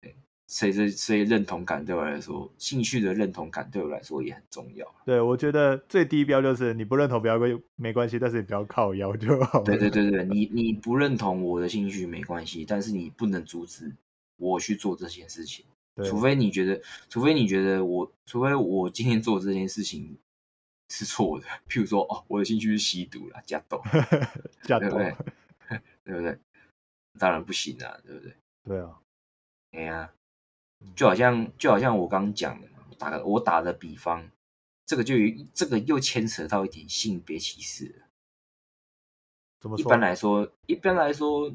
B: 对，所以这所以认同感对我来说，兴趣的认同感对我来说也很重要。
A: 对，我觉得最低标就是你不认同不要关没关系，但是你不要靠腰就好了。
B: 对对对对，你你不认同我的兴趣没关系，但是你不能阻止我去做这件事情。
A: 对
B: 除非你觉得，除非你觉得我，除非我今天做这件事情是错的，譬如说，哦，我的兴趣是吸毒啦，加斗，
A: 假
B: 对不对
A: 的，？
B: 对不对？当然不行啊，对不对？
A: 对啊，
B: 哎呀，就好像就好像我刚刚讲的嘛，我打个我打的比方，这个就有这个又牵扯到一点性别歧视了。
A: 怎么
B: 一
A: 说？
B: 般来说，一般来说，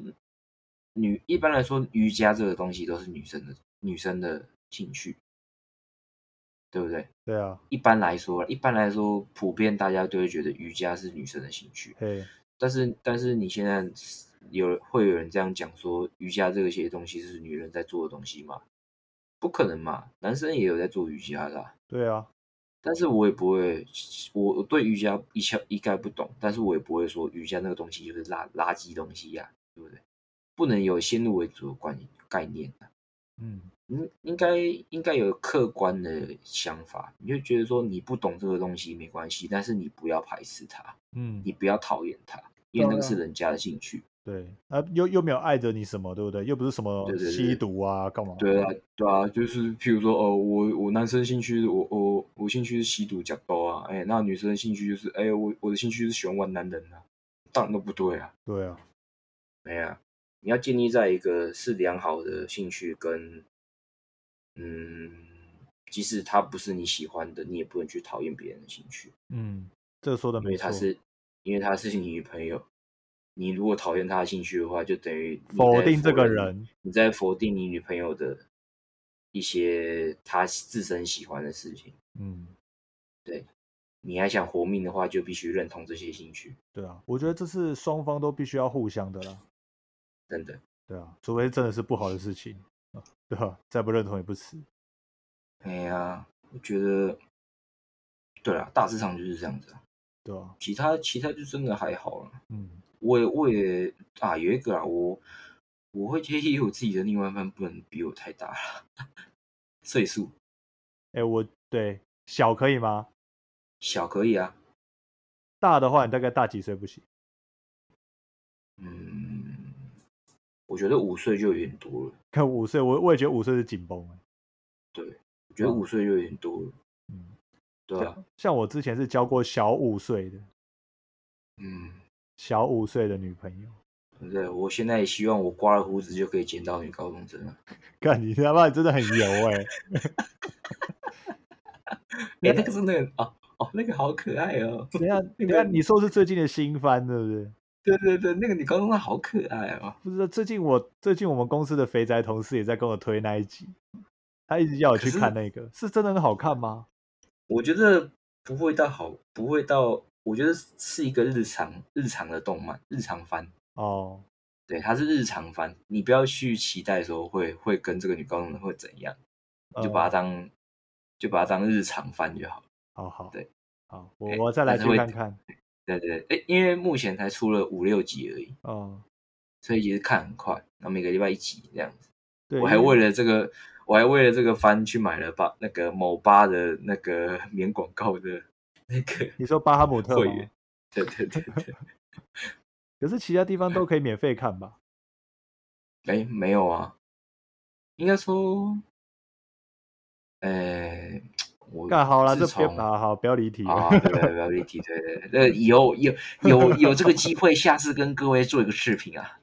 B: 女一般来说，瑜伽这个东西都是女生的女生的兴趣，对不对？
A: 对啊，
B: 一般来说，一般来说，普遍大家都会觉得瑜伽是女生的兴趣，
A: 嘿，
B: 但是但是你现在有会有人这样讲说，瑜伽这些东西是女人在做的东西吗？不可能嘛，男生也有在做瑜伽的啊、
A: 对啊，
B: 但是我也不会，我我对瑜伽一窍一概不懂，但是我也不会说瑜伽那个东西就是垃垃圾东西呀、对不对？不能有先入为主的观概念啊，
A: 嗯，
B: 应应该应该有客观的想法，你就觉得说你不懂这个东西没关系，但是你不要排斥它，
A: 嗯
B: 你，不要讨厌它，因为那
A: 当
B: 个
A: 然
B: 是人家的兴趣。
A: 对啊，又又没有碍着你什么，对不对？又不是什么
B: 对对对
A: 吸毒啊，干嘛？
B: 对啊，对啊，就是譬如说，哦，我我男生兴趣，我我我兴趣是吸毒、假包啊，哎，那女生的兴趣就是，哎，我我的兴趣是喜欢玩男人啊，当然都不对啊，
A: 对啊，
B: 哎呀、你要建立在一个是良好的兴趣跟，嗯，即使他不是你喜欢的，你也不能去讨厌别人的兴趣，
A: 嗯，这个说的
B: 因
A: 没
B: 为他
A: 错，
B: 是，因为他是你女朋友，你如果讨厌他的兴趣的话，就等于你
A: 否
B: 在
A: 定这
B: 否
A: 个
B: 认
A: 人，
B: 你在否定你女朋友的一些她自身喜欢的事情。
A: 嗯，
B: 你还想活命的话，就必须认同这些兴趣，
A: 对啊，我觉得这是双方都必须要互相的啦，
B: 等等。
A: 对啊，除非真的是不好的事情啊，对吧、再不认同也不迟。
B: 哎呀，我觉得，对啊，大致上就是这样子啊。
A: 对啊，
B: 其他其他就真的还好了。
A: 嗯，
B: 我也我也啊，有一个啊，我我会建议我自己的另外一半不能比我太大了， 岁数
A: 哎、我对小可以吗？
B: 小可以啊，
A: 大的话，你大概大几岁不行？
B: 嗯，我觉得五岁就有点多了，
A: 看五岁，我我也觉得五岁是紧绷欸
B: 我觉得
A: 哦
B: 五岁就有点多了，
A: 嗯，
B: 对啊，
A: 像我之前是交过小五岁的，
B: 嗯，
A: 小五岁的女朋友。
B: 对，我现在也希望我刮了胡子就可以见到女高中生了。
A: 看你他妈真的很 油哎、
B: 哎、 那个真的哦哦，那个好可爱哦，
A: 等一下，
B: 那
A: 等一
B: 个
A: 下，你说是最近的新番对不对？
B: 对对对，那个女高中生好可爱哦，
A: 不知道最近我最近我们公司的肥宅同事也在跟我推那一集，他一直要我
B: 可
A: 去
B: 是
A: 看那个，是真的很好看吗？
B: 我觉得不会到好，不会到，我觉得是一个日常日常的动漫，日常番。
A: 哦，
B: 对，它是日常番，你不要去期待说会会跟这个女高中生会怎样，就把它
A: 它、
B: 哦当、就把它当日常番就好了。
A: 好好
B: 对，
A: 好，我
B: 哎
A: 我再来
B: 但是
A: 去
B: 会
A: 看看。
B: 对对，对哎，因为目前才出了五六集而已，
A: 哦，
B: 所以其实看很快，然后每个礼拜一集这样子。
A: 对，
B: 我还
A: 因
B: 为了这个，我还为了这个番去买了吧那个某吧的那个 免广告的那个，
A: 你说巴哈姆特
B: 会
A: 吗
B: 员对对对 对，
A: 可是其他地方都可以免费看吧？
B: 哎，没有啊，应该说，哎，我
A: 干好了，
B: 自
A: 这别
B: 从
A: 好好不要离题了。
B: 啊，对对对，不要立体，对对对，呃，有有有有这个机会，下次跟各位做一个视频啊。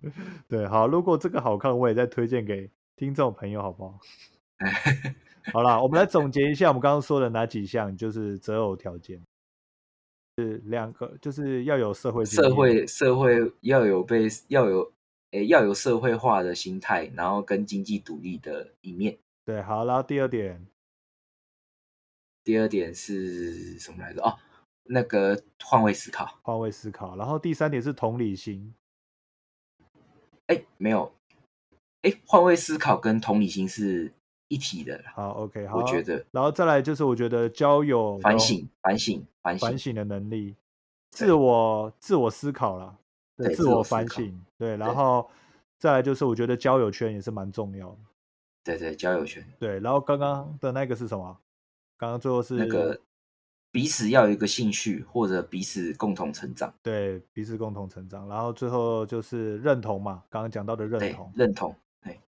A: 对，好，如果这个好看，我也再推荐给听众朋友，好不好？好啦，我们来总结一下我们刚刚说的哪几项，就是择偶条件，是两个，就是要有社会经
B: 社
A: 验
B: 会社会要有被要有诶要有社会化的心态，然后跟经济独立的一面。
A: 对，好，然后第二点，
B: 第二点是什么来着？哦，那个换位思考。
A: 换位思考，然后第三点是同理心，
B: 哎，没有，哎，换位思考跟同理心是一体的啦，
A: 好，OK，好，
B: 我觉，得
A: 然后再来就是我觉得交友
B: 反
A: 的
B: 省反省反
A: 反省
B: 省，
A: 的能力，
B: 对
A: 自我自我思考啦，
B: 对
A: 自
B: 自
A: 我
B: 我思
A: 反
B: 考
A: 省，对，然
B: 对
A: 后再来就是我觉得交友圈也是蛮重要的。
B: 对对，交友圈
A: 对，然后刚刚的那个是什么？刚刚最后是
B: 那个彼此要有一个兴趣，或者彼此共同成长。
A: 对彼此共同成长，然后最后就是认同嘛，刚刚讲到的认
B: 对
A: 同，，
B: 认同。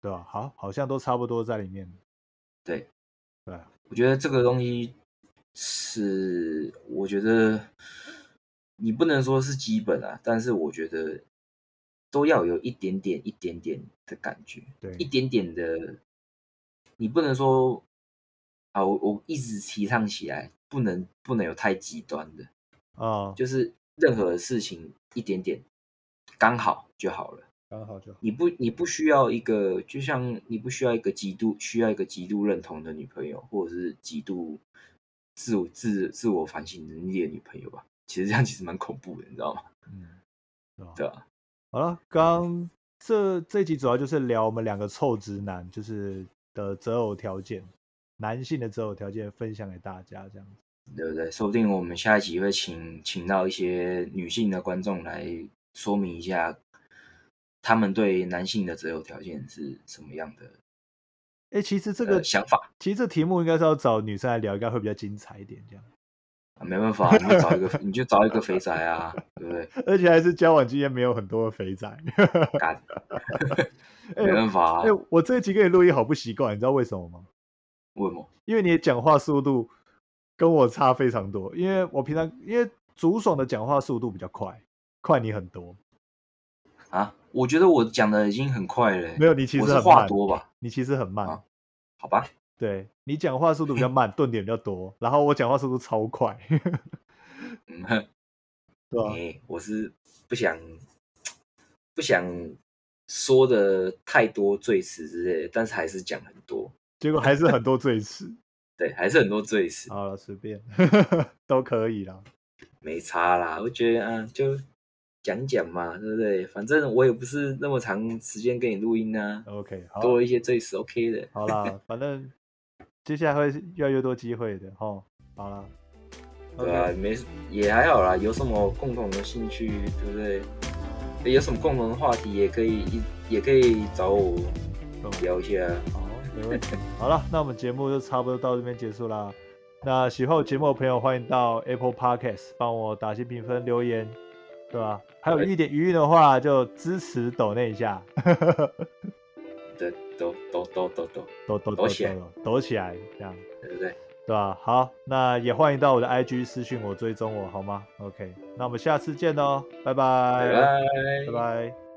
A: 对吧？好，好像都差不多在里面。
B: 对
A: 对啊，
B: 我觉得这个东西是，我觉得你不能说是基本啊，但是我觉得都要有一点点、一点点的感觉，
A: 对
B: 一点点的。你不能说啊，我我一直提倡起来，不能不能有太极端的，
A: 啊，
B: 就是任何事情一点点刚好就好了。
A: 刚好就好。
B: 你不你不需要一个，就像你不需要一个极度需要一个极度认同的女朋友，或者是极度自我自自我反省能力的女朋友吧。其实这样其实蛮恐怖的，你知道吗？
A: 嗯，对吧？
B: 对啊，
A: 好了，刚这这集主要就是聊我们两个臭直男，就是的择偶条件，男性的择偶条件分享给大家，这样子。
B: 对不对？说不定我们下一集会请请到一些女性的观众来说明一下，他们对男性的择偶条件是什么样的、
A: 哎，其实这
B: 呃
A: 个，
B: 想法。
A: 其实这题目应该是要找女生来聊，应该会比较精彩一点，这样。
B: 啊没办法，你就找一个你就找一个肥宅啊，对不 对？
A: 而且还是交往经验没有很多的肥仔。
B: 干，
A: 哎
B: 没办法、啊
A: 哎、，我这一集跟你录音好不习惯，你知道为什么吗？
B: 为什么？
A: 因为你的讲话速度跟我差非常多。因为我平常因为竹爽的讲话速度比较快，快你很多。
B: 啊，我觉得我讲的已经很快了欸、
A: 没有，你其实
B: 我是
A: 很
B: 话
A: 慢，
B: 多吧？
A: 你其实很慢。
B: 啊好吧，
A: 对你讲话速度比较 慢，顿点比较多，然后我讲话速度超快，
B: 嗯，哼，
A: 对吧、
B: 哎，我是不想不想说的太多罪词之类的，但是还是讲很多，
A: 结果还是很多罪词。
B: 对，还是很多罪词，
A: 好了，随便 都可以啦。
B: 没差啦。我觉得啊，就讲讲嘛，对不对？反正我也不是那么长时间跟你录音啊，
A: OK，好，
B: 多一些罪词 OK 的。
A: 好啦，反正接下来会越来越多机会的哈。好啦
B: 对啊，
A: ，OK，
B: 没也还好啦，有什么共同的兴趣，对不对？有什么共同的话题，也可以一也可以找我聊一下啊。
A: 好，哦没问题。好了，那我们节目就差不多到这边结束啦。那喜欢我节目的朋友，欢迎到 Apple Podcast 帮我打新评分、留言，对吧？还有
B: 对
A: 一点余韵的话，就支持抖那一下，
B: 对，都都都都都，
A: 抖抖
B: 抖起来
A: 抖抖起来，这样
B: 对不对？
A: 对吧？好，那也欢迎到我的 IG 私讯我，追踪我好吗？OK，那我们下次见喽，拜
B: 拜
A: 拜，
B: 拜
A: 拜。拜。